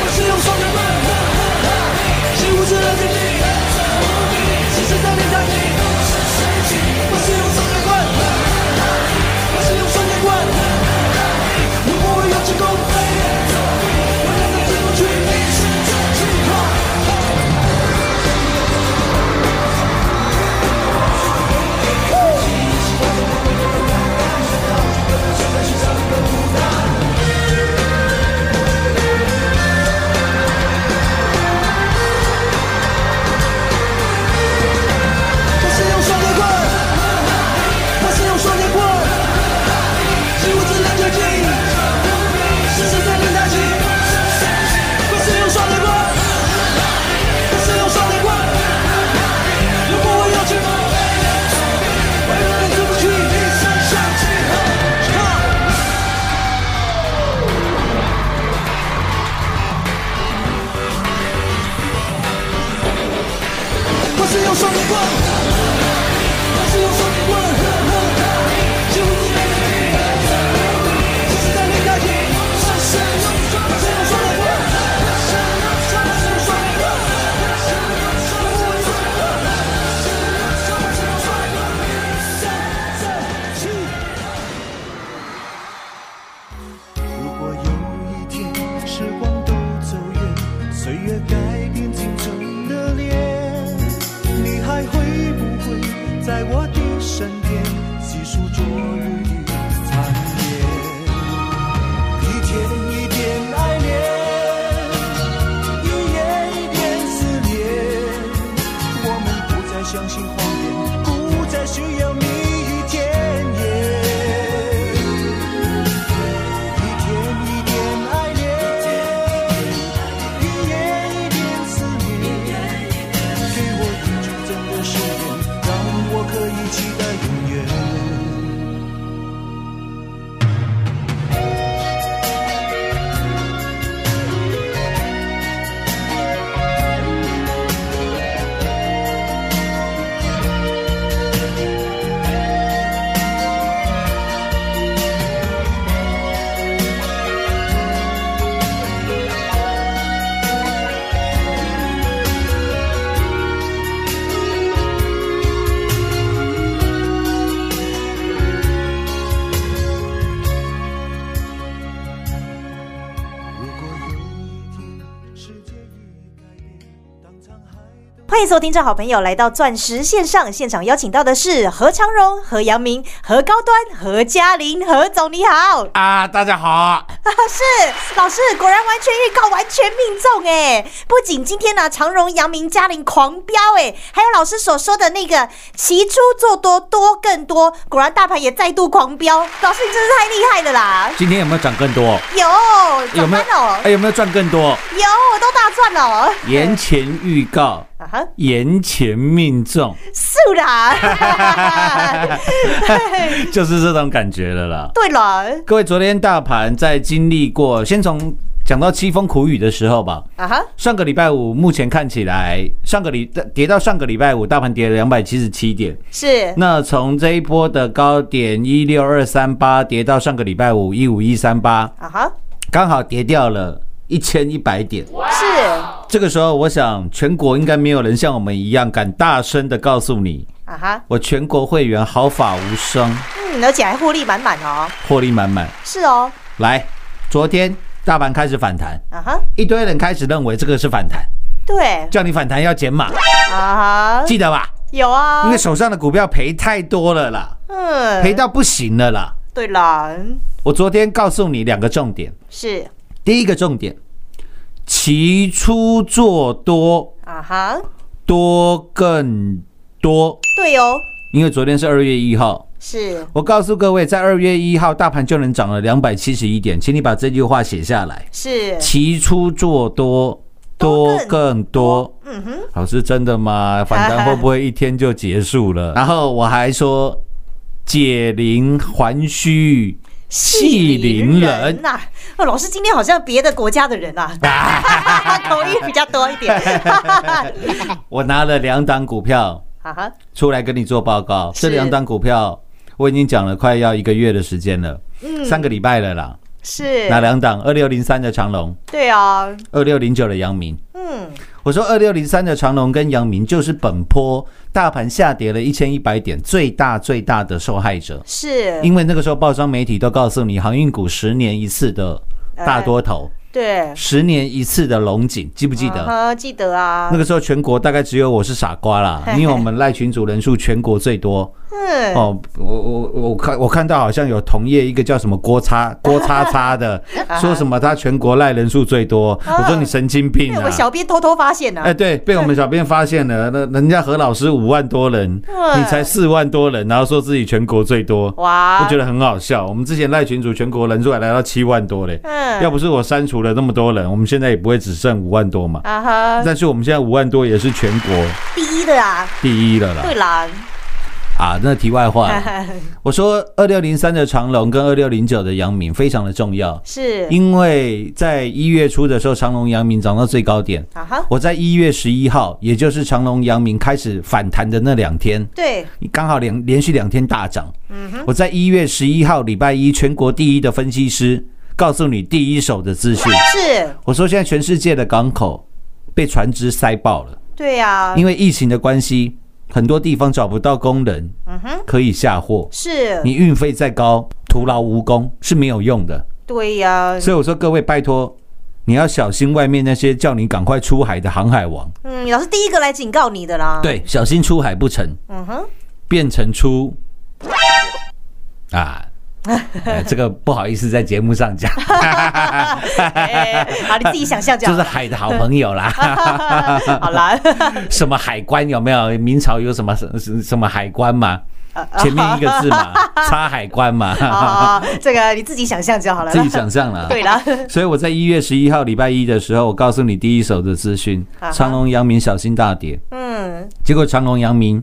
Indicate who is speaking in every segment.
Speaker 1: 我是用双脚奔跑，是无知的天地，是时代的大地。我是用双脚奔跑，我是用双脚奔跑，我不会有成功，我让它自动去进化。我是用双截棍，我是用双截棍，是我自带绝技，是时代的大旗。我是用双截棍，我是用双截棍，如果我有钱，我永远出不去。我是用双截棍，我是用双截棍，是我自带绝技，是时代的大旗。我是用双截棍，我是用双截棍，如果我有钱。
Speaker 2: 如果有一天时光都走远，岁月改变青春的脸，你还会不会在我的身边细数昨日的残夜？一天一点爱恋，一夜一点思念，我们不再相信谎言，不再需要蜜语甜言。一天一点爱恋，一夜一点思念，给我一句真的誓言，让我可以期待永远。如果有一天世界已改变，当沧海都。
Speaker 3: 欢迎收听，这好朋友来到钻石线上现场，邀请到的是何长荣、何阳明、何高端、何嘉玲、何总，你好！
Speaker 4: 啊，大家好，
Speaker 3: 是老师，果然完全预告，完全命中哎！不仅今天呢、长荣、阳明、嘉玲狂飙哎，还有老师所说的那个起初做多多更多，果然大盘也再度狂飙，老师你真是太厉害了啦！
Speaker 4: 今天有没有涨更多？
Speaker 3: 有
Speaker 4: 有
Speaker 3: 涨
Speaker 4: 没有
Speaker 3: 翻？哦，
Speaker 4: 哎，有没有赚更多？
Speaker 3: 有我都大赚了哦，
Speaker 4: 言前预告，
Speaker 3: 啊哈，
Speaker 4: 言前 命中，
Speaker 3: 是 啦，
Speaker 4: 就是这种感觉了啦。
Speaker 3: 对了，
Speaker 4: 各位，昨天大盘在经历过，先从讲到凄风苦雨的时候吧。
Speaker 3: 啊哈。
Speaker 4: 上个礼拜五，目前看起来，上个礼跌到上个礼拜五，大盘跌了两百七十七点。
Speaker 3: 是
Speaker 4: 那从这一波的高点一六二三八跌到上个礼拜五一五一三八，
Speaker 3: 啊哈，
Speaker 4: 刚好跌掉了一千一百点。
Speaker 3: 是
Speaker 4: 这个时候，我想全国应该没有人像我们一样敢大声的告诉你，
Speaker 3: 啊哈，
Speaker 4: 我全国会员毫发无伤，
Speaker 3: 嗯，而且还获利满满哦，
Speaker 4: 获利满满。
Speaker 3: 是哦，
Speaker 4: 来，昨天大盘开始反弹，
Speaker 3: 啊哈，
Speaker 4: 一堆人开始认为这个是反弹，
Speaker 3: 对，
Speaker 4: 叫你反弹要减码，
Speaker 3: 啊哈，
Speaker 4: 记得吧？
Speaker 3: 有啊，
Speaker 4: 因为手上的股票赔太多了啦，
Speaker 3: 嗯，
Speaker 4: 赔到不行了啦。
Speaker 3: 对啦，
Speaker 4: 我昨天告诉你两个重点，
Speaker 3: 是
Speaker 4: 第一个重点，起初做多，
Speaker 3: 啊哈，
Speaker 4: 多更多，
Speaker 3: 对哦，
Speaker 4: 因为昨天是二月一号。
Speaker 3: 是
Speaker 4: 我告诉各位，在二月一号，大盘就能涨了两百七十一点，请你把这句话写下来。
Speaker 3: 是，
Speaker 4: 起初做多，
Speaker 3: 多
Speaker 4: 多
Speaker 3: 更
Speaker 4: 更多。
Speaker 3: 嗯哼，
Speaker 4: 老师，真的吗？反弹会不会一天就结束了？然后我还说，解铃还须系铃人。
Speaker 3: 呐、哦，老师今天好像别的国家的人 啊，
Speaker 4: 啊
Speaker 3: 口音比较多一点，
Speaker 4: 我拿了两档股票
Speaker 3: 哈哈，
Speaker 4: 出来跟你做报告，
Speaker 3: 是
Speaker 4: 这两档股票我已经讲了快要一个月的时间了，三个礼拜了啦。
Speaker 3: 是，
Speaker 4: 哪两档？二六零三的长隆，
Speaker 3: 对啊，
Speaker 4: 二六零九的阳明。
Speaker 3: 嗯，
Speaker 4: 我说二六零三的长隆跟阳明就是本波大盘下跌了一千一百点，最大最大的受害者。
Speaker 3: 是，
Speaker 4: 因为那个时候报章媒体都告诉你，航运股十年一次的
Speaker 3: 哎
Speaker 4: 大多头，
Speaker 3: 对，
Speaker 4: 十年一次的龙井，记不记得？
Speaker 3: 啊，记得啊，
Speaker 4: 那个时候全国大概只有我是傻 瓜啦，因为我们赖群主人数全国最多
Speaker 3: 嗯，
Speaker 4: 哦。我我我看我看到好像有同业一个叫什么郭 叉郭叉叉的，
Speaker 3: 啊
Speaker 4: 说什么他全国赖人数最多，我说你神经病
Speaker 3: 被
Speaker 4: 啊！
Speaker 3: 我小编偷偷发现啊了、
Speaker 4: 哎，对，被我们小编发现了，那人家何老师五万多人，
Speaker 3: 嗯
Speaker 4: 你才四万多人，然后说自己全国最多，
Speaker 3: 哇，
Speaker 4: 我觉得很好笑。我们之前赖群主全国人数还来到七万多嘞，
Speaker 3: 嗯
Speaker 4: 要不是我删除了那么多人，我们现在也不会只剩五万多嘛。
Speaker 3: 啊哈，
Speaker 4: 但是我们现在五万多也是全国
Speaker 3: 第一的啊，
Speaker 4: 第一了啦
Speaker 3: 对。啦，
Speaker 4: 啊，那题外话，我说二六零三的长隆跟二六零九的阳明非常的重要，
Speaker 3: 是，
Speaker 4: 因为在一月初的时候，长隆、阳明涨到最高点。
Speaker 3: 啊哈，
Speaker 4: 我在一月十一号，也就是长隆、阳明开始反弹的那两天，
Speaker 3: 对，
Speaker 4: 刚好连连续两天大涨。
Speaker 3: 嗯
Speaker 4: 我在一月十一号礼拜一，全国第一的分析师告诉你第一手的资讯。
Speaker 3: 是，
Speaker 4: 我说现在全世界的港口被船只塞爆了，
Speaker 3: 对呀、啊，
Speaker 4: 因为疫情的关系，很多地方找不到工人可以下货，
Speaker 3: 嗯是，
Speaker 4: 你运费再高，徒劳无功是没有用的。
Speaker 3: 对呀、
Speaker 4: 所以我说各位拜托，你要小心外面那些叫你赶快出海的航海王，
Speaker 3: 嗯，老师第一个来警告你的啦，，
Speaker 4: 对，小心出海不成。
Speaker 3: 啊嗯哼，
Speaker 4: 变成 出啊、呃这个不好意思在节目上讲，
Speaker 3: 哎好，你自己想象就
Speaker 4: 就
Speaker 3: 好
Speaker 4: 是
Speaker 3: 了，
Speaker 4: 海的好朋友啦。
Speaker 3: 好啦，
Speaker 4: 什么海关有没有？明朝有什么什什么海关嘛？
Speaker 3: 呃
Speaker 4: 前面一个 字嘛，插海关嘛，
Speaker 3: 啊， 这个你自己想象就好了，
Speaker 4: 自己想象啦。
Speaker 3: 对啦，
Speaker 4: 所以我在一月十一号礼拜一的时候，我告诉你第一手的资讯
Speaker 3: 啊哈：
Speaker 4: 长隆、阳明小心大跌。
Speaker 3: 嗯，
Speaker 4: 结果长隆、阳明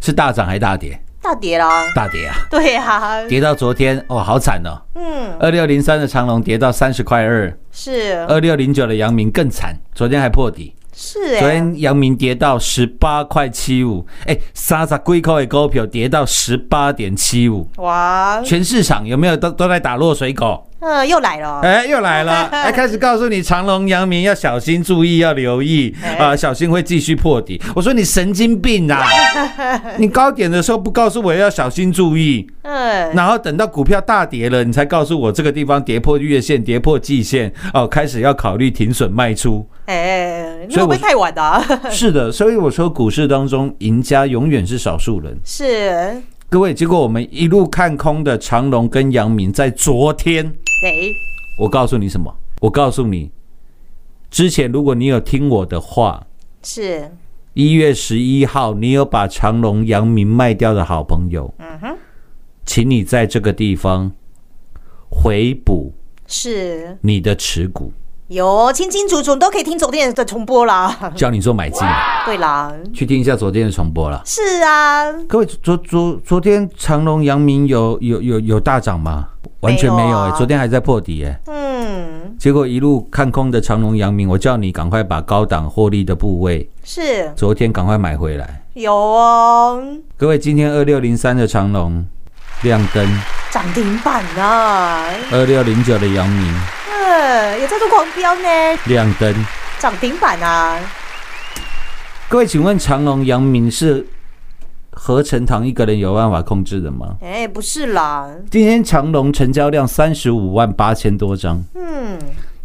Speaker 4: 是大涨还大跌？
Speaker 3: 大跌啦，
Speaker 4: 大跌啊！
Speaker 3: 对呀、啊，
Speaker 4: 跌到昨天哦，好惨哦！
Speaker 3: 嗯，
Speaker 4: 二六零三的长隆跌到三十块二，
Speaker 3: 是
Speaker 4: 二六零九的阳明更惨，昨天还破底，
Speaker 3: 是、
Speaker 4: 昨
Speaker 3: 哎，
Speaker 4: 天阳明跌到十八块七五，哎，三十几块的股票跌到十八点七五，
Speaker 3: 哇，
Speaker 4: 全市场有没有都都在打落水狗？
Speaker 3: 嗯，又来了，
Speaker 4: 哎，又来 了，哎，开始告诉你长隆、阳明要小心注意，要留意
Speaker 3: 哎
Speaker 4: 啊、小心会继续破底。我说你神经 病啊！你高点的时候不告诉我要小心注意，
Speaker 3: 嗯，
Speaker 4: 然后等到股票大跌了，你才告诉我这个地方跌破月线、跌破季线，哦，开始要考虑停损卖 出。
Speaker 3: 哎，你
Speaker 4: 所以
Speaker 3: 会不
Speaker 4: 我
Speaker 3: 会太晚了、啊？
Speaker 4: 是的，所以我说股市当中赢家永远是少数人。
Speaker 3: 是，
Speaker 4: 各位，结果我们一路看空的长隆跟阳明，在昨天，
Speaker 3: 哎，
Speaker 4: 我告诉你什么？我告诉你，之前如果你有听我的话，
Speaker 3: 是，
Speaker 4: 一月十一号你有把长隆、阳明卖掉的好朋友，嗯哼，请你在这个地方回补
Speaker 3: 是
Speaker 4: 你的持股。
Speaker 3: 有清清楚楚，你都可以听昨天的重播 啦。
Speaker 4: 教你做买进，
Speaker 3: 对啦，
Speaker 4: 去听一下昨天的重播啦。
Speaker 3: 是啊，
Speaker 4: 各位，昨昨昨天长隆、阳明有有有有大涨吗？完全没
Speaker 3: 没
Speaker 4: 有
Speaker 3: 有
Speaker 4: 哎、
Speaker 3: 啊
Speaker 4: 昨天还在破底哎、
Speaker 3: 嗯，
Speaker 4: 结果一路看空的长隆、阳明，我叫你赶快把高档获利的部位，
Speaker 3: 是
Speaker 4: 昨天赶快买回来。
Speaker 3: 有哦，
Speaker 4: 各位，今天二六零三的长隆亮灯，
Speaker 3: 涨停板啊，
Speaker 4: 二六零九的阳明
Speaker 3: 嗯，也在做狂飙呢，
Speaker 4: 亮灯。
Speaker 3: 涨停板啊，
Speaker 4: 各位，请问长隆、阳明是合成堂一个人有办法控制的吗？
Speaker 3: 哎，不是啦，
Speaker 4: 今天长隆成交量三十五万八千多张。
Speaker 3: 嗯，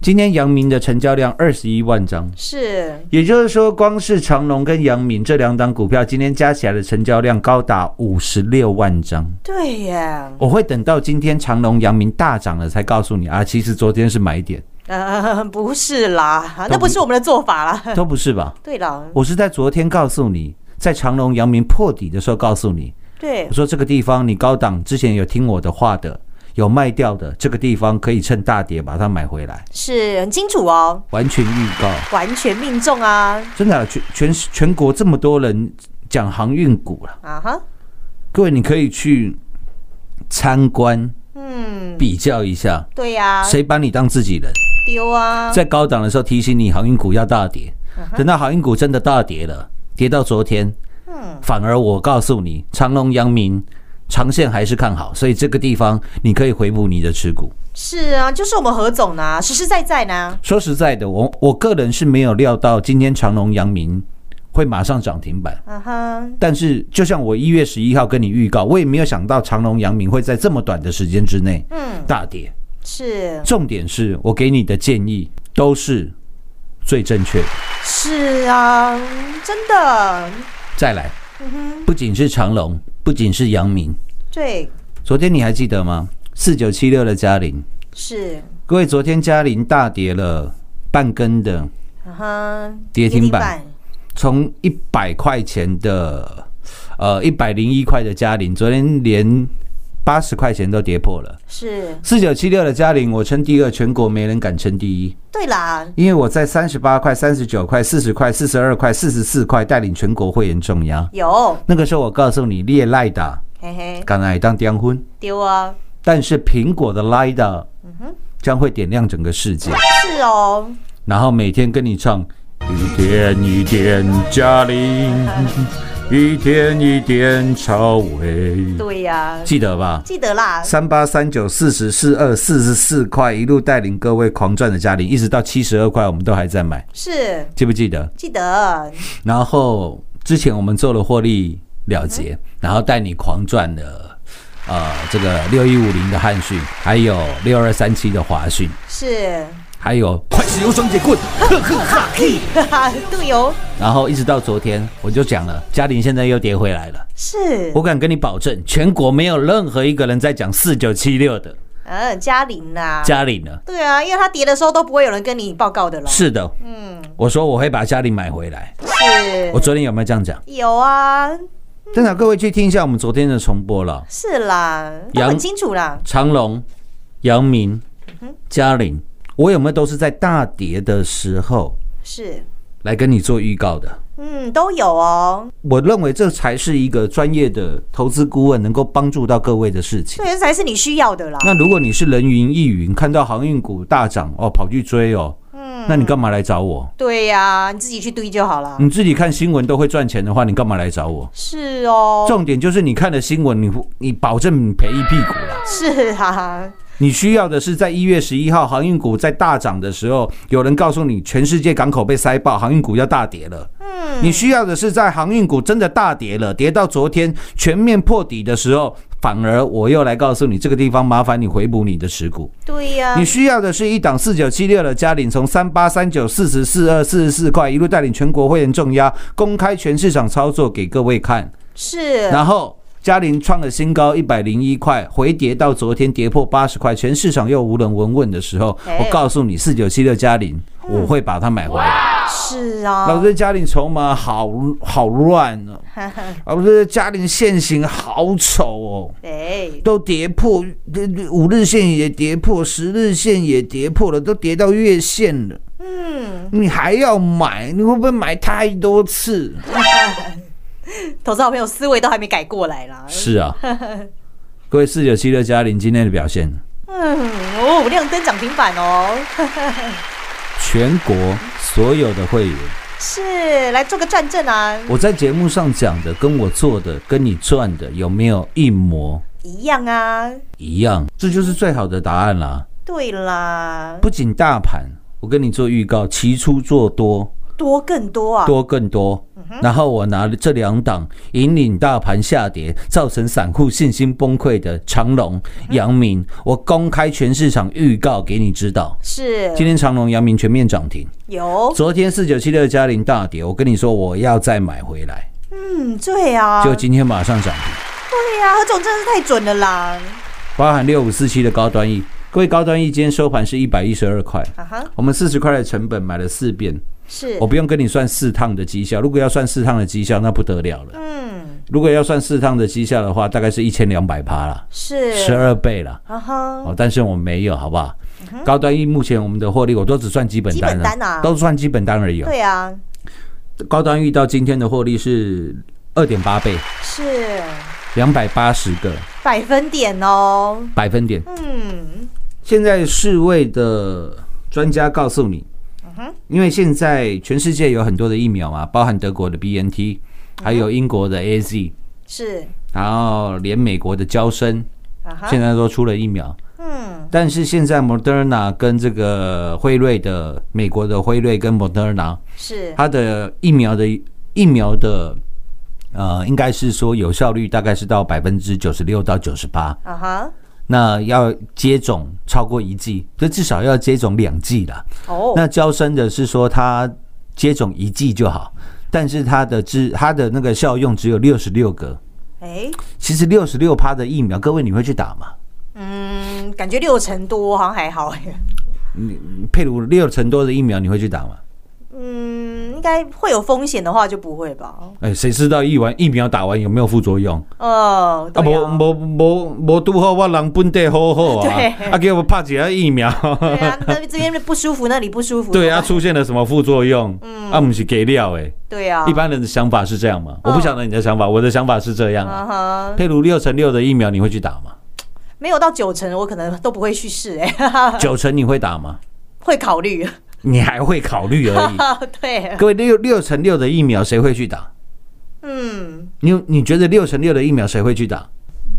Speaker 4: 今天阳明的成交量二十一万张，
Speaker 3: 是
Speaker 4: 也就是说，光是长隆跟阳明这两档股票，今天加起来的成交量高达五十六万张。
Speaker 3: 对耶，
Speaker 4: 我会等到今天长隆、阳明大涨了才告诉你啊，其实昨天是买点，
Speaker 3: 呃，不是啦，
Speaker 4: 都不
Speaker 3: 那不是我们的做法啦，
Speaker 4: 都不是吧？
Speaker 3: 对啦，
Speaker 4: 我是在昨天告诉你，在长隆、阳明破底的时候告诉你，
Speaker 3: 对
Speaker 4: 我说这个地方你高档之前有听我的话的，有卖掉的，这个地方可以趁大跌把它买回来，
Speaker 3: 是很清楚哦，
Speaker 4: 完全预告。
Speaker 3: 完全命中啊
Speaker 4: 真的啊、全全全国这么多人讲航运股了，
Speaker 3: 啊哈，
Speaker 4: 各位你可以去参观
Speaker 3: 嗯，
Speaker 4: 比较一下，
Speaker 3: 对呀、
Speaker 4: 谁把你当自己人？
Speaker 3: 丢啊，
Speaker 4: 在高档的时候提醒你航运股要大跌，
Speaker 3: 嗯
Speaker 4: 等到航运股真的大跌了，跌到昨天，
Speaker 3: 嗯
Speaker 4: 反而我告诉你，长隆、阳明长线还是看好，所以这个地方你可以回补你的持股。
Speaker 3: 是啊，就是我们何总呢，实实在在呢，
Speaker 4: 说实在的，我我个人是没有料到今天长隆、阳明会马上涨停板。
Speaker 3: 啊哈，
Speaker 4: 但是，就像我一月十一号跟你预告，我也没有想到长隆、阳明会在这么短的时间之内
Speaker 3: 嗯，
Speaker 4: 大跌。
Speaker 3: 是
Speaker 4: 重点是我给你的建议都是最正确的。
Speaker 3: 是啊，真的，
Speaker 4: 再来，不仅是长隆，不仅是阳明，
Speaker 3: 对，
Speaker 4: 昨天你还记得吗？四九七六的嘉陵，
Speaker 3: 是
Speaker 4: 各位，昨天嘉陵大跌了半根的，
Speaker 3: 啊哈，
Speaker 4: 跌停板，从一百块钱的，呃，一百零一块的嘉陵，昨天连八十块钱都跌破了。
Speaker 3: 是
Speaker 4: 四九七六的嘉陵，我称第二，全国没人敢称第一，
Speaker 3: 对啦，
Speaker 4: 因为我在三十八块、三十九块、四十块、四十二块、四十四块带领全国会员重压。
Speaker 3: 有，
Speaker 4: 那个时候我告诉你，列赖打
Speaker 3: 嘿嘿，
Speaker 4: 敢来当订婚，
Speaker 3: 丢啊，
Speaker 4: 但是苹果的 LiDAR 将会点亮整个世界，
Speaker 3: 是哦，
Speaker 4: 然后每天跟你唱一点一点嘉陵，一点一点超威，
Speaker 3: 对呀、
Speaker 4: 记得吧？
Speaker 3: 记得啦，
Speaker 4: 三八三九四十四二四十四块，一路带领各位狂赚的嘉陵，一直到七十二块，我们都还在买，
Speaker 3: 是
Speaker 4: 记不记得？
Speaker 3: 记得，
Speaker 4: 然后之前我们做了获利了结，然后带你狂赚了，呃，这个六一五零的汉讯，还有六二三七的华讯，
Speaker 3: 是，
Speaker 4: 还有，
Speaker 5: 快使用双节棍，呵呵哈嘿！
Speaker 3: 哈哈，对哦，
Speaker 4: 然后一直到昨天，我就讲了，嘉玲现在又跌回来了。
Speaker 3: 是
Speaker 4: 我，敢跟你保证，全国没有任何一个人在讲四九七六的
Speaker 3: 嗯，嘉玲呐，
Speaker 4: 嘉玲了。
Speaker 3: 对啊，因为他跌的时候都不会有人跟你报告的啦，
Speaker 4: 是的，
Speaker 3: 嗯，
Speaker 4: 我说我会把嘉玲买回来。
Speaker 3: 是
Speaker 4: 我，昨天有没有这样讲？
Speaker 3: 有啊，
Speaker 4: 真的，各位去听一下我们昨天的重播了。
Speaker 3: 是啦，都
Speaker 4: 杨
Speaker 3: 很清楚啦，
Speaker 4: 长隆、阳明、嘉陵，我有没有都是在大跌的时候
Speaker 3: 是，
Speaker 4: 来跟你做预告的？
Speaker 3: 嗯，都有哦，
Speaker 4: 我认为这才是一个专业的投资顾问能够帮助到各位的事情。
Speaker 3: 对，这才是你需要的啦，
Speaker 4: 那如果你是人云亦云，看到航运股大涨哦，跑去追哦，那你干嘛来找我？
Speaker 3: 对呀、你自己去堆就好啦。
Speaker 4: 你自己看新闻都会赚钱的话，你干嘛来找我？
Speaker 3: 是哦，
Speaker 4: 重点就是你看了新闻，你你保证你赔一屁股了。
Speaker 3: 是啊，
Speaker 4: 你需要的是在一月十一号航运股在大涨的时候，有人告诉你全世界港口被塞爆，航运股要大跌了。嗯，你需要的是在航运股真的大跌了，跌到昨天全面破底的时候，反而我又来告诉你这个地方麻烦你回补你的持股。
Speaker 3: 对呀、
Speaker 4: 你需要的是一档四九七六的嘉玲，从三八三九四十四二四十四块一路带领全国会员重压，公开全市场操作给各位看。
Speaker 3: 是
Speaker 4: 然后嘉玲创了新高一百零一块，回跌到昨天跌破八十块，全市场又无人闻问的时候，
Speaker 3: 哎
Speaker 4: 我告诉你，四九七六嘉玲，我会把它买回来。
Speaker 3: 是啊，
Speaker 4: 老师，嘉玲筹码好好乱哦，老师，嘉玲现形好丑哦。
Speaker 3: 对，
Speaker 4: 都跌破呃五日线也跌破，十日线也跌破了，都跌到月线了。嗯，你还要买？你会不会买太多次？
Speaker 3: 投资好朋友思维都还没改过来啦。
Speaker 4: 是啊，各位四九七六嘉玲今天的表现，
Speaker 3: 嗯，哦，亮灯涨停板哦，
Speaker 4: 全国所有的会员，
Speaker 3: 是来做个转正啊，
Speaker 4: 我在节目上讲的，跟我做的，跟你赚的有没有一模
Speaker 3: 一样啊，
Speaker 4: 一样？这就是最好的答案啦。
Speaker 3: 对啦，
Speaker 4: 不仅大盘，我跟你做预告，期初做多，
Speaker 3: 多更多啊，
Speaker 4: 多更多。然后我拿这两档引领大盘下跌，造成散户信心崩溃的长隆、阳明，我公开全市场预告给你知道。
Speaker 3: 是
Speaker 4: 今天长隆、阳明全面涨停，
Speaker 3: 有，
Speaker 4: 昨天四九七六嘉陵大跌，我跟你说我要再买回来，
Speaker 3: 嗯，对啊，
Speaker 4: 就今天马上涨停，
Speaker 3: 对啊，何总真的是太准了啦，
Speaker 4: 包含六五四七的高端 E，各位高端 E 今天收盘是一百一十二块。
Speaker 3: 啊哈，
Speaker 4: 我们四十块的成本买了四遍，
Speaker 3: 是
Speaker 4: 哦我，不用跟你算四趟的绩效。如果要算四趟的绩效，那不得了了。
Speaker 3: 嗯，
Speaker 4: 如果要算四趟的绩效的话，大概是一千两百趴了，
Speaker 3: 是，
Speaker 4: 十二倍了。
Speaker 3: 啊哈，
Speaker 4: 哦，但是我们没有，好不好？高端 E 运目前我们的获利，我都只算基本
Speaker 3: 嗯
Speaker 4: 单
Speaker 3: 基
Speaker 4: 了，
Speaker 3: 本单啊
Speaker 4: 都算基本单而已、哦。
Speaker 3: 对啊，
Speaker 4: 高端遇到今天的获利是二点八倍，
Speaker 3: 是
Speaker 4: 两百八十个
Speaker 3: 百分点哦，
Speaker 4: 百分点。
Speaker 3: 嗯，
Speaker 4: 现在世卫的专家告诉你，
Speaker 3: 嗯
Speaker 4: 因为现在全世界有很多的疫苗嘛，包含德国的 B N
Speaker 3: 嗯
Speaker 4: T，还有英国的 A Z，
Speaker 3: 是
Speaker 4: 然后连美国的娇生，
Speaker 3: 啊哈
Speaker 4: 现，在都出了疫苗。
Speaker 3: 嗯，
Speaker 4: 但是现在 Moderna 跟这个辉瑞的美国的辉瑞跟 Moderna，
Speaker 3: 是
Speaker 4: 它的疫苗的疫苗的呃，应该是说有效率大概是到百分之九十六到九十八，
Speaker 3: 啊哈，
Speaker 4: 那要接种超过一剂，就至少要接种两剂啦。
Speaker 3: 哦，
Speaker 4: 那娇生的是说它接种一剂就好，但是它的只它的那个效用只有六十六个。
Speaker 3: 哎，
Speaker 4: 其实六十六趴的疫苗，各位你会去打吗？
Speaker 3: 嗯，感觉六成多好像还好哎，
Speaker 4: 譬如六成多的疫苗，你会去打吗？
Speaker 3: 嗯，应该会有风险的话就不会吧？
Speaker 4: 哎，谁知道疫完疫苗打完有没有副作用？
Speaker 3: 哦，对
Speaker 4: 啊，无无无无拄好，我人本地好好啊
Speaker 3: 对，
Speaker 4: 啊，给我拍几下疫苗，
Speaker 3: 对啊，那这边不舒服，那里不舒服，
Speaker 4: 对啊，出现了什么副作用？
Speaker 3: 嗯
Speaker 4: 啊，不是给料哎，
Speaker 3: 对啊，
Speaker 4: 一般人的想法是这样嘛？我不晓得你的想法，我的想法是这样啊。
Speaker 3: 啊哈。
Speaker 4: 譬如六成六的疫苗，你会去打吗？
Speaker 3: 没有到九成，我可能都不会去试、哎，
Speaker 4: 九成你会打吗？
Speaker 3: 会考虑。
Speaker 4: 你还会考虑 而已。
Speaker 3: 对，
Speaker 4: 各位，六六成六的疫苗谁会去打？
Speaker 3: 嗯，
Speaker 4: 你你觉得六成六的疫苗谁会去打？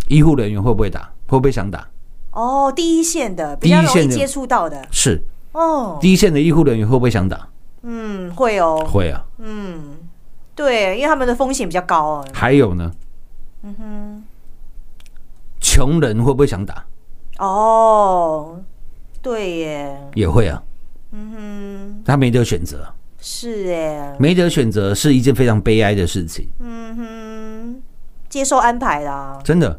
Speaker 4: 医护人员会不会打？会不会想打？
Speaker 3: 哦，第一线的比
Speaker 4: 第一
Speaker 3: 较
Speaker 4: 线
Speaker 3: 容
Speaker 4: 的
Speaker 3: 易接触到的，
Speaker 4: 是
Speaker 3: 哦，
Speaker 4: 第一线的医护人员会不会想打？
Speaker 3: 嗯，会哦，
Speaker 4: 会啊。
Speaker 3: 嗯，对，因为他们的风险比较高哦，
Speaker 4: 还有呢？穷人会不会想打？
Speaker 3: 哦，对耶，
Speaker 4: 也会啊，
Speaker 3: 嗯
Speaker 4: 他没得选择，
Speaker 3: 哼，是哎，
Speaker 4: 没得选择是一件非常悲哀的事情，
Speaker 3: 嗯哼，接受安排啦，
Speaker 4: 真的。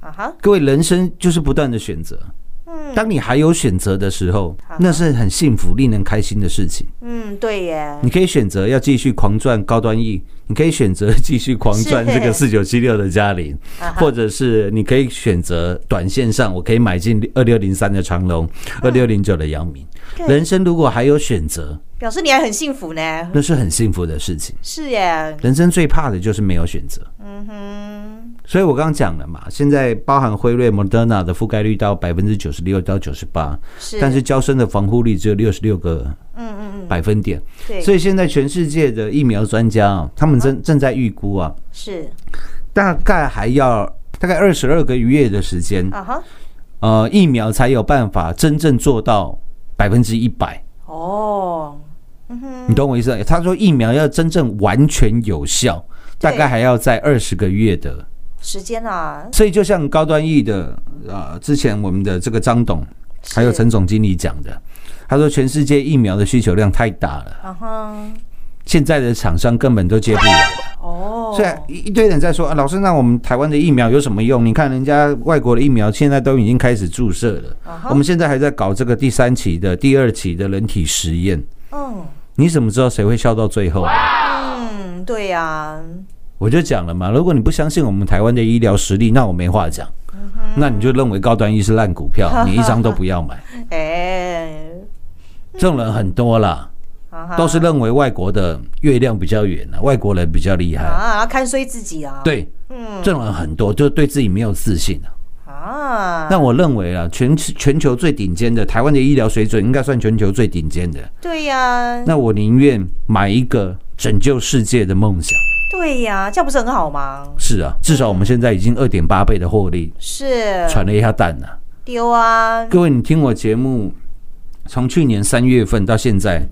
Speaker 3: 啊哈，
Speaker 4: 各位，人生就是不断的选择。当你还有选择的时候，那是很幸福、令人开心的事情。
Speaker 3: 嗯，对耶，
Speaker 4: 你可以选择要继续狂赚高端 E，你可以选择继续狂赚
Speaker 3: 是
Speaker 4: 这个四九七六的嘉陵，或者是你可以选择短线上，我可以买进二六零三的长隆，二六零九的阳明。人生如果还有选择，
Speaker 3: 表示你还很幸福呢，
Speaker 4: 那是很幸福的事情。
Speaker 3: 是耶，
Speaker 4: 人生最怕的就是没有选择。
Speaker 3: 嗯
Speaker 4: 所以我刚刚讲了嘛，现在包含辉瑞、Moderna 的覆盖率到百分之九十六到九十八，
Speaker 3: 哼，是，
Speaker 4: 但是娇生的防护力只有六十六个
Speaker 3: 嗯嗯
Speaker 4: 百分点。
Speaker 3: 嗯，对，
Speaker 4: 所以现在全世界的疫苗专家啊，他们正正在预估啊，
Speaker 3: 是
Speaker 4: 大概还要大概二十二个月的时间，
Speaker 3: 啊哈，
Speaker 4: 呃，疫苗才有办法真正做到百分之一百。
Speaker 3: 哦，
Speaker 4: 你懂我意思？他说疫苗要真正完全有效，
Speaker 3: 对
Speaker 4: 大概还要在二十个月的。
Speaker 3: 时间啊，
Speaker 4: 所以就像高端疫的，呃，之前我们的这个张董还有
Speaker 3: 是
Speaker 4: 陈总经理讲的，他说全世界疫苗的需求量太大了，
Speaker 3: 啊哈，
Speaker 4: 现在的厂商根本都接不完。
Speaker 3: 哦，
Speaker 4: 所以一一堆人在说，啊、老师，那我们台湾的疫苗有什么用？你看人家外国的疫苗现在都已经开始注射了
Speaker 3: 啊哈
Speaker 4: 我们现在还在搞这个第三期的、第二期的人体实验。
Speaker 3: 嗯
Speaker 4: 你怎么知道谁会笑到最后？
Speaker 3: 嗯，对呀、
Speaker 4: 我就讲了嘛，如果你不相信我们台湾的医疗实力，那我没话讲。
Speaker 3: 嗯
Speaker 4: 那你就认为高端医是烂股 票，你一张都不要买。
Speaker 3: 哎、
Speaker 4: 这种人很多啦，
Speaker 3: 啊哈，
Speaker 4: 都是认为外国的月亮比较圆啊，外国人比较厉害。
Speaker 3: 啊，要看衰自己啊，，
Speaker 4: 对，这种人很多，就对自己没有自信啊。
Speaker 3: 啊，
Speaker 4: 那我认为啊，全全球最顶尖的台湾的医疗水准，应该算全球最顶尖的。
Speaker 3: 对呀、
Speaker 4: 那我宁愿买一个拯救世界的梦想。
Speaker 3: 对呀、这样不是很好吗？
Speaker 4: 是啊，至少我们现在已经二点八倍的获利，
Speaker 3: 是
Speaker 4: 喘了一下蛋了、
Speaker 3: 丢啊，
Speaker 4: 各位，你听我节目，从去年三月份到现在，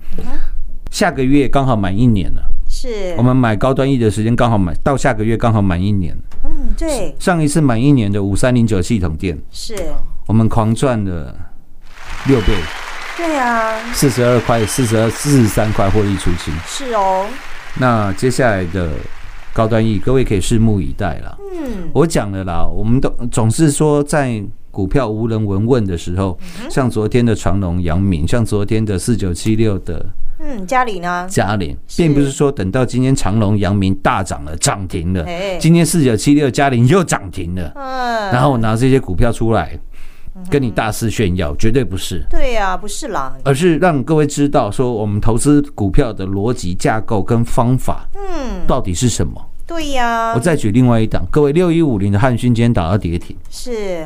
Speaker 4: 下个月刚好满一年了。
Speaker 3: 是
Speaker 4: 我，们买高端 E 的时间刚好满，到下个月刚好满一年。
Speaker 3: 嗯，对，
Speaker 4: 上一次满一年的五三零九系统店，
Speaker 3: 是，
Speaker 4: 我们狂赚了六倍，
Speaker 3: 对啊，
Speaker 4: 四十二块、四十二、四十三块获利出清。
Speaker 3: 是哦，
Speaker 4: 那接下来的高端 E，各位可以拭目以待了。
Speaker 3: 嗯，
Speaker 4: 我讲了啦，我们都总是说在股票无人闻问的时候，像昨天的长隆、阳明，像昨天的四九七六的
Speaker 3: 嗯，嘉里呢？
Speaker 4: 嘉玲，并不是说等到今天长隆、阳明大涨了，涨停了
Speaker 3: 哎，
Speaker 4: 今天四九七六嘉玲又涨停了，
Speaker 3: 嗯，
Speaker 4: 然后我拿这些股票出来跟你大肆炫耀，绝对不是。
Speaker 3: 对呀、不是啦，
Speaker 4: 而是让各位知道说我们投资股票的逻辑架构跟方法，嗯，到底是什么？
Speaker 3: 对呀、
Speaker 4: 我再举另外一档，各位六一五零的汉讯今天打到跌停，
Speaker 3: 是，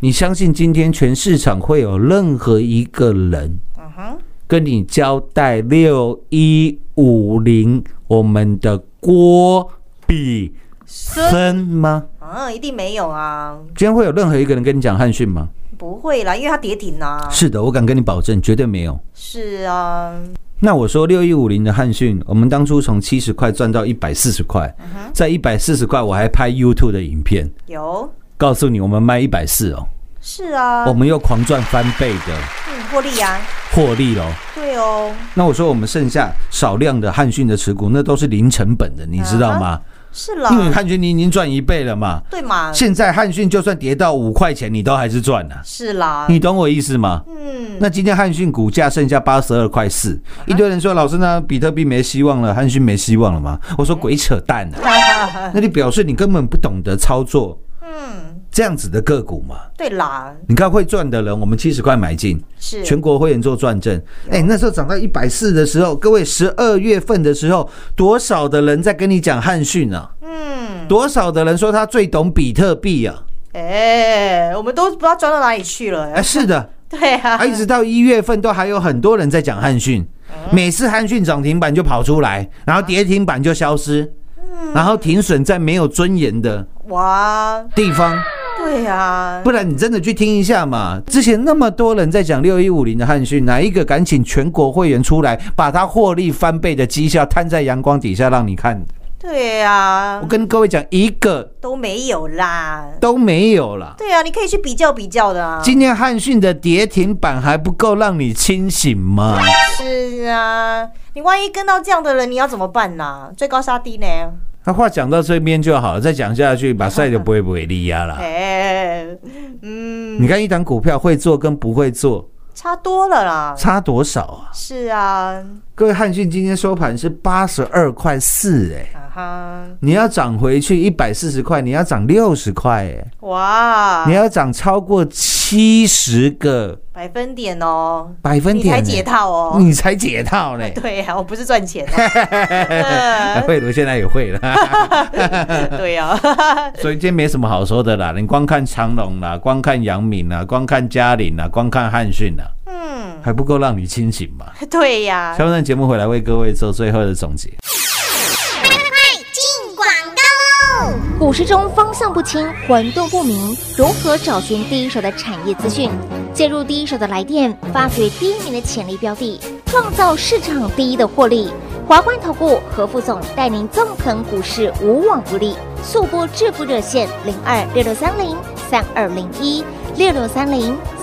Speaker 4: 你相信今天全市场会有任何一个人
Speaker 3: 嗯哼，
Speaker 4: 跟你交代六一五零我们的郭比森吗？
Speaker 3: 啊，一定没有啊，
Speaker 4: 今天会有任何一个人跟你讲汉讯吗？
Speaker 3: 不会啦，因为它跌停啦、
Speaker 4: 是的，我敢跟你保证，绝对没有。
Speaker 3: 是啊，
Speaker 4: 那我说六一五零的汉讯，我们当初从七十块赚到一百四十块，在一百四十块我还拍 YouTube 的影片，
Speaker 3: 有，
Speaker 4: 告诉你我们卖一百四哦，
Speaker 3: 是啊，
Speaker 4: 我们又狂赚翻倍的
Speaker 3: 嗯，获利啊，
Speaker 4: 获利哦。
Speaker 3: 对哦，
Speaker 4: 那我说我们剩下少量的汉讯的持股，那都是零成本的，你知道吗？
Speaker 3: 是啦
Speaker 4: 因，为汉讯你已经赚一倍了嘛，
Speaker 3: 对嘛，
Speaker 4: 现在汉讯就算跌到五块钱，你都还是赚的、
Speaker 3: 是啦，
Speaker 4: 你懂我意思吗？
Speaker 3: 嗯，
Speaker 4: 那今天汉讯股价剩下八十二块四，一堆人说老师那比特币没希望了，汉讯没希望了吗？我说鬼扯淡啊！那你表示你根本不懂得操作，嗯，这样子的个股嘛？
Speaker 3: 对啦，
Speaker 4: 你看会赚的人，我们七十块买进，
Speaker 3: 是，
Speaker 4: 全国会员做转正。哎、那时候涨到一百四的时候，各位十二月份的时候，多少的人在跟你讲汉讯啊？嗯，多少的人说他最懂比特币啊？
Speaker 3: 哎、我们都不知道钻到哪里去了、
Speaker 4: 哎、是的。
Speaker 3: 对啊，
Speaker 4: 啊，一直到一月份都还有很多人在讲汉讯，每次汉讯涨停板就跑出来，然后跌停板就消失，然后停损在没有尊严的
Speaker 3: 哇，
Speaker 4: 地方，
Speaker 3: 对啊，
Speaker 4: 不然你真的去听一下嘛。之前那么多人在讲六一五零的汉讯，哪一个敢请全国会员出来把它获利翻倍的绩效摊在阳光底下让你看？
Speaker 3: 对啊
Speaker 4: 我，跟各位讲，一个
Speaker 3: 都没有啦，
Speaker 4: 都没有了。
Speaker 3: 对啊，你可以去比较比较的啊，
Speaker 4: 今天汉讯的跌停板还不够让你清醒吗？
Speaker 3: 是啊，你万一跟到这样的人，你要怎么办啦？追高杀低呢？
Speaker 4: 那话讲到这边就好了，再讲下去，把赛就不会不会利压了。
Speaker 3: 哎、嗯，
Speaker 4: 你看一档股票会做跟不会做
Speaker 3: 差多了啦。
Speaker 4: 差多少啊？
Speaker 3: 是啊，
Speaker 4: 各位，汉讯今天收盘是八十二块四，哎，
Speaker 3: 啊哈，
Speaker 4: 你要涨回去一百四十块，你要涨六十块，哎，
Speaker 3: 哇
Speaker 4: 你，要涨超过七十个
Speaker 3: 百分点哦，
Speaker 4: 百分
Speaker 3: 你
Speaker 4: 点，
Speaker 3: 才解套哦。
Speaker 4: 你才解套嘞。
Speaker 3: 对啊，我不是赚钱、
Speaker 4: 哎
Speaker 3: 啊
Speaker 4: 慧茹现在也会了，
Speaker 3: 对啊，
Speaker 4: 所以今天没什么好说的啦。你光看长隆啦，光看杨敏啦，光看嘉玲啦，光看汉讯啦，嗯，还不够让你清醒吗？
Speaker 3: 对呀、
Speaker 4: 下半节目回来为各位做最后的总结。
Speaker 6: 进广告喽！股市中方向不清、混沌不明，如何找寻第一手的产业资讯？介入第一手的来电，发掘第一名的潜力标的，创造市场第一的获利。华冠投顾何副总带领纵横股市，无往不利。速播致富热线零二六六三零三二零一六六三零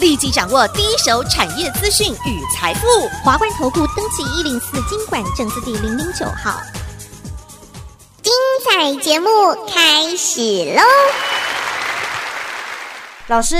Speaker 6: 立即掌握第一手产业资讯与财富。华冠投顾登记一零四经管证字第零零九号。
Speaker 7: 彩节目开始喽！
Speaker 3: 老师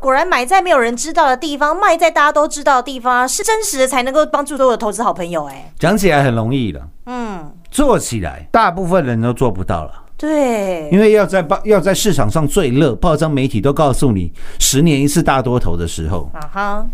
Speaker 3: 果然买在没有人知道的地方，卖在大家都知道的地方，是真实的才能够帮助所有的投资好朋友、哎，
Speaker 4: 讲起来很容易了，
Speaker 3: 嗯，
Speaker 4: 做起来大部分人都做不到了，
Speaker 3: 对，
Speaker 4: 因为要在报要在市场上最热，报章媒体都告诉你十年一次大多头的时候，
Speaker 3: 啊哈，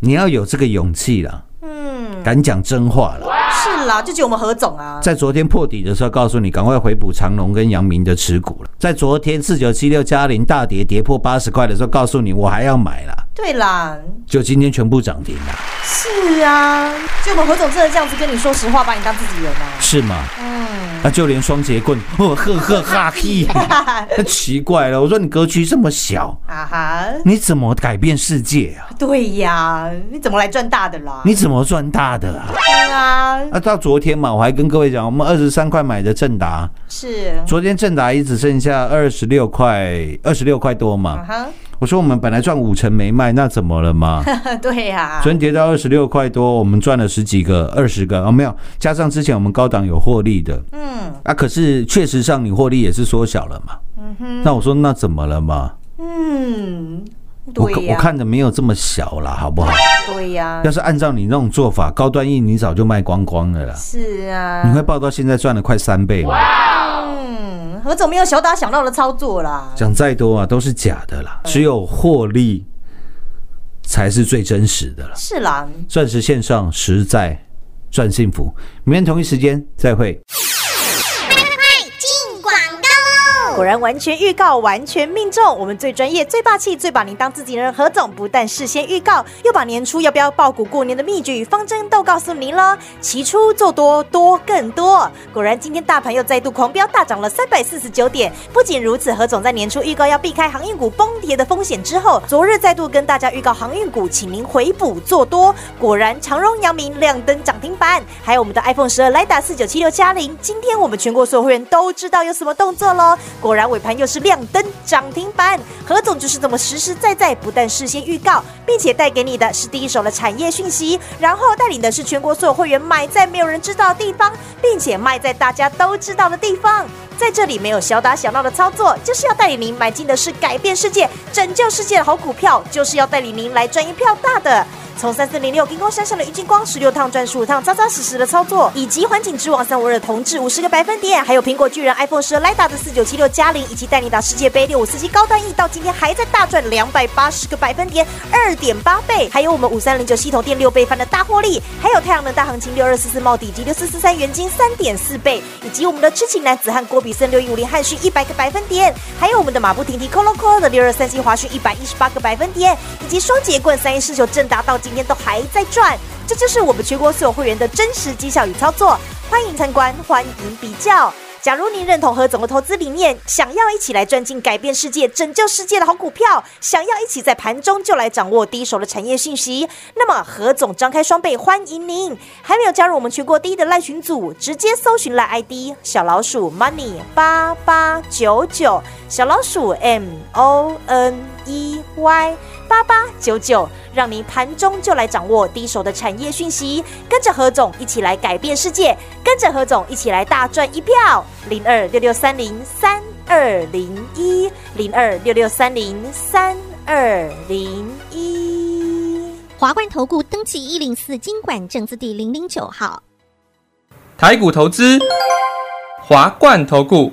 Speaker 4: 你要有这个勇气了，
Speaker 3: 嗯，
Speaker 4: 敢讲真话了。
Speaker 3: 是啦，就只有我们何总啊，
Speaker 4: 在昨天破底的时候，告诉你赶快回补长隆跟阳明的持股了。在昨天四九七六嘉陵大跌跌破八十块的时候，告诉你我还要买了，
Speaker 3: 对啦，
Speaker 4: 就今天全部涨停了，
Speaker 3: 是啊，就我们何总真的这样子跟你说实话，把你当自己人啊，
Speaker 4: 是吗？
Speaker 3: 嗯，
Speaker 4: 那就连双节棍，哦呵呵哈嘿， 那奇怪了。我说你格局这么小，
Speaker 3: 啊哈，
Speaker 4: 你怎么改变世界啊？
Speaker 3: 对呀，你怎么来赚大的啦？
Speaker 4: 你怎么赚大的啊？
Speaker 3: 对啊，啊，
Speaker 4: 那、到昨天嘛，我还跟各位讲，我们二十三块买的正达，
Speaker 3: 是，
Speaker 4: 昨天正达也只剩下二十六块，二十六块多
Speaker 3: 嗯
Speaker 4: 嘛。
Speaker 3: 哼，
Speaker 4: 我说我们本来赚五成没卖，那怎么了嘛？
Speaker 3: 啊对呀，
Speaker 4: 昨天跌到二十六块多，我们赚了十几个、二十个啊、哦，没有加上之前我们高档有获利的，嗯啊，可是确实上你获利也是缩小了嘛。嗯、那我说那怎么了嘛？
Speaker 3: 嗯，
Speaker 4: 我
Speaker 3: 对
Speaker 4: 我
Speaker 3: 呀，
Speaker 4: 看的没有这么小啦，好不 好？
Speaker 3: 对呀
Speaker 4: 要，是按照你那种做法，高端印你早就卖光光了啦。
Speaker 3: 是啊，
Speaker 4: 你会报到现在赚了快三倍吗？
Speaker 3: 嗯，何总没有小打小闹的操作啦，
Speaker 4: 讲再多啊都是假的啦，只有获利才是最真实的了。
Speaker 3: 是啦，
Speaker 4: 钻石线上实在赚幸福，明天同一时间再会。
Speaker 7: 进广告喽！
Speaker 3: 果然完全预告，完全命中。我们最专业、最霸气、最把您当自己人的何总，不但事先预告，又把年初要不要爆股过年的秘诀与方针都告诉您了。起初做多，多更多。果然，今天大盘又再度狂飙，大涨了三百四十九点。不仅如此，何总在年初预告要避开航运股崩跌的风险之后，昨日再度跟大家预告航运股，请您回补做多。果然，长荣、阳明亮灯涨停板，还有我们的 iPhone 十二来打四九七六加零。今天我们全国所有会员都知道有什么动作喽。果然尾盘又是亮灯涨停板，何总就是这么实实在在，不但事先预告，并且带给你的是第一手的产业讯息，然后带领的是全国所有会员买在没有人知道的地方，并且卖在大家都知道的地方。在这里没有小打小闹的操作，就是要带领您买进的是改变世界、拯救世界的好股票，就是要带领您来赚一票大的。从三四零六金光山上的郁金光十六趟赚十五趟，扎扎实实的操作，以及环境之王三五二的同志五十个百分点，还有苹果巨人 iPhone 十 Lida 的四九七六加零，以及带你打世界杯六五四七高端 E 到今天还在大赚两百八十个百分点，二点八倍，还有我们五三零九系统店六倍翻的大获利，还有太阳能大行情六二四四茂底及六四四三元金三点四倍，以及我们的痴情男子汉郭比森六一五零汉逊一百个百分点，还有我们的马不停蹄 Colo Colo 的六二三七华讯一百一十八个百分点，以及双节棍三一四九正达到今天都还在赚，这就是我们全国所有会员的真实绩效与操作，欢迎参观，欢迎比较。假如您认同何总的投资理念，想要一起来赚进改变世界、拯救世界的好股票，想要一起在盘中就来掌握第一手的产业讯息，那么何总张开双臂欢迎您。还没有加入我们全国第一的赖群组，直接搜寻赖 ID 小老鼠 money 八八九九，小老鼠 m o n e y 八八九九，让您盘中就来掌握第一手的产业讯息，跟着何总一起来改变世界，跟着何总一起来大赚一票。零二六六三零三二零一，零二六六三零三二零一。
Speaker 7: 华冠投顾登记一零四经管证字第零零九号。
Speaker 8: 台股投资，华冠投顾，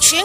Speaker 6: 全